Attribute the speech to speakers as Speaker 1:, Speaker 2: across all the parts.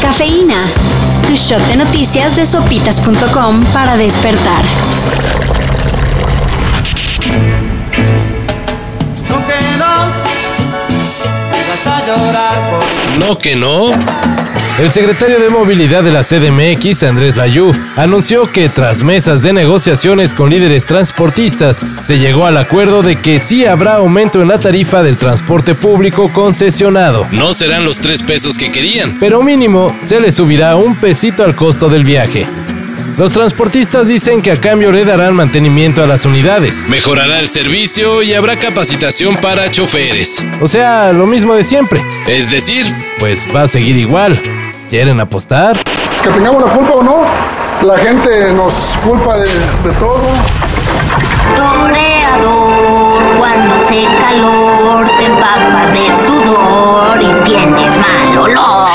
Speaker 1: Cafeína. Tu shot de noticias de sopitas.com para despertar.
Speaker 2: No que no, me vas a llorar por
Speaker 3: No que no.
Speaker 4: El secretario de Movilidad de la CDMX, Andrés Layú, anunció que tras mesas de negociaciones con líderes transportistas, se llegó al acuerdo de que sí habrá aumento en la tarifa del transporte público concesionado,
Speaker 3: No serán los tres pesos que querían.
Speaker 4: pero mínimo se le subirá un pesito al costo del viaje. Los transportistas dicen que a cambio le darán mantenimiento a las unidades,
Speaker 3: Mejorará el servicio y habrá capacitación para choferes.
Speaker 4: o sea, lo mismo de siempre,
Speaker 3: Es decir,
Speaker 4: pues va a seguir igual. ¿Quieren apostar?
Speaker 5: que tengamos la culpa o no, la gente nos culpa de, de todo.
Speaker 6: Toreador, cuando hace calor te empapas de sudor y tienes mal olor.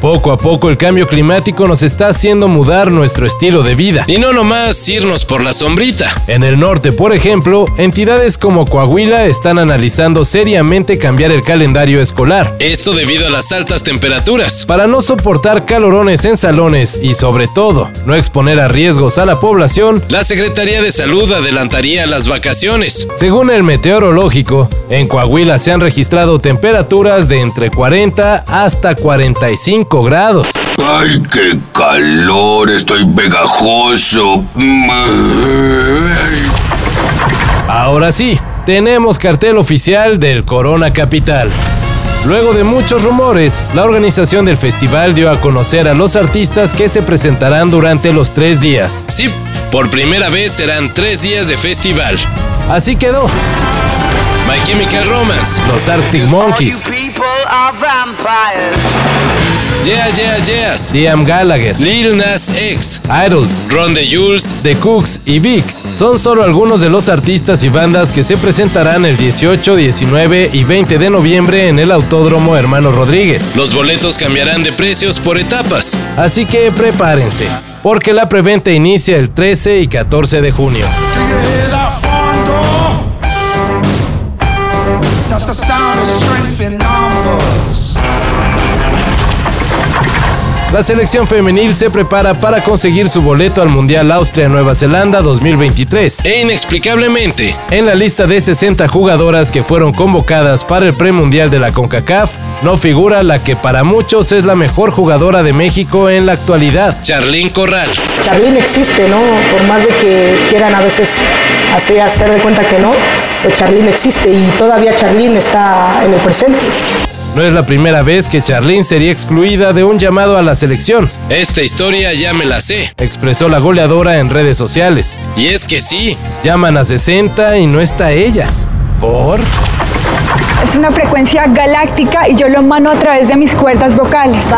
Speaker 4: Poco a poco el cambio climático nos está haciendo mudar nuestro estilo de vida.
Speaker 3: y no nomás irnos por la sombrita.
Speaker 4: En el norte, por ejemplo, entidades como Coahuila están analizando seriamente cambiar el calendario escolar
Speaker 3: Esto debido a las altas temperaturas.
Speaker 4: para no soportar calorones en salones y sobre todo no exponer a riesgos a la población.
Speaker 3: La Secretaría de Salud adelantaría las vacaciones.
Speaker 4: Según el meteorológico, en Coahuila se han registrado temperaturas de entre 40 hasta 45 grados.
Speaker 7: ¡Ay, qué calor! Estoy pegajoso.
Speaker 4: Ahora sí, tenemos cartel oficial del Corona Capital. Luego de muchos rumores, la organización del festival dio a conocer a los artistas que se presentarán durante los tres días.
Speaker 3: Sí, por primera vez serán tres días de festival.
Speaker 4: Así quedó,
Speaker 3: My Chemical Romance,
Speaker 4: los Arctic Monkeys,
Speaker 3: Yeah Yeah Yeahs,
Speaker 4: Liam Gallagher,
Speaker 3: Lil Nas X,
Speaker 4: Idols,
Speaker 3: Ron de Jules,
Speaker 4: The Cooks y Vic son solo algunos de los artistas y bandas que se presentarán el 18, 19 y 20 de noviembre en el Autódromo Hermano Rodríguez.
Speaker 3: Los boletos cambiarán de precios por etapas.
Speaker 4: Así que prepárense, porque la preventa inicia el 13 y 14 de junio.
Speaker 8: Feel a fondo. That's the sound of strength in numbers.
Speaker 4: La selección femenil se prepara para conseguir su boleto al Mundial Austria-Nueva Zelanda 2023.
Speaker 3: E inexplicablemente,
Speaker 4: En la lista de 60 jugadoras que fueron convocadas para el premundial de la CONCACAF, no figura la que para muchos es la mejor jugadora de México en la actualidad.
Speaker 3: Charlín Corral.
Speaker 9: Charlín existe, ¿no? Por más de que quieran a veces hacer, hacer de cuenta que no, pues Charlín existe y todavía Charlín está en el presente.
Speaker 4: No es la primera vez que Charlín sería excluida de un llamado a la selección,
Speaker 3: Esta historia ya me la sé.
Speaker 4: expresó la goleadora en redes sociales.
Speaker 3: Y es que sí,
Speaker 4: Llaman a 60 y no está ella. ¿Por?
Speaker 10: Es una frecuencia galáctica y yo lo mano a través de mis cuerdas vocales.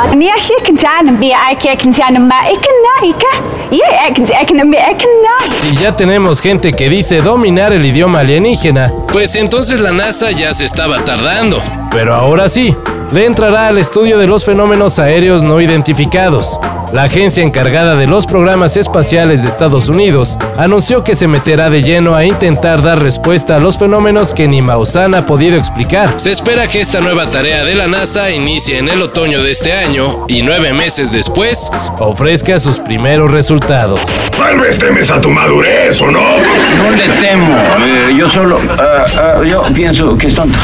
Speaker 4: Si ya tenemos gente que dice dominar el idioma alienígena,
Speaker 3: pues entonces la NASA ya se estaba tardando.
Speaker 4: pero ahora sí, le entrará al estudio de los fenómenos aéreos no identificados. La agencia encargada de los programas espaciales de Estados Unidos anunció que se meterá de lleno a intentar dar respuesta a los fenómenos que ni Maussan ha podido explicar.
Speaker 3: Se espera que esta nueva tarea de la NASA inicie en el otoño de este año y nueve meses después,
Speaker 4: Ofrezca sus primeros resultados.
Speaker 7: Tal vez temes a tu madurez, ¿o no?
Speaker 11: No le temo. eh, yo solo. ah, ah, yo pienso que es tonto.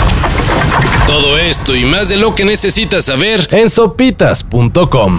Speaker 3: todo esto y más de lo que necesitas saber
Speaker 4: En sopitas.com.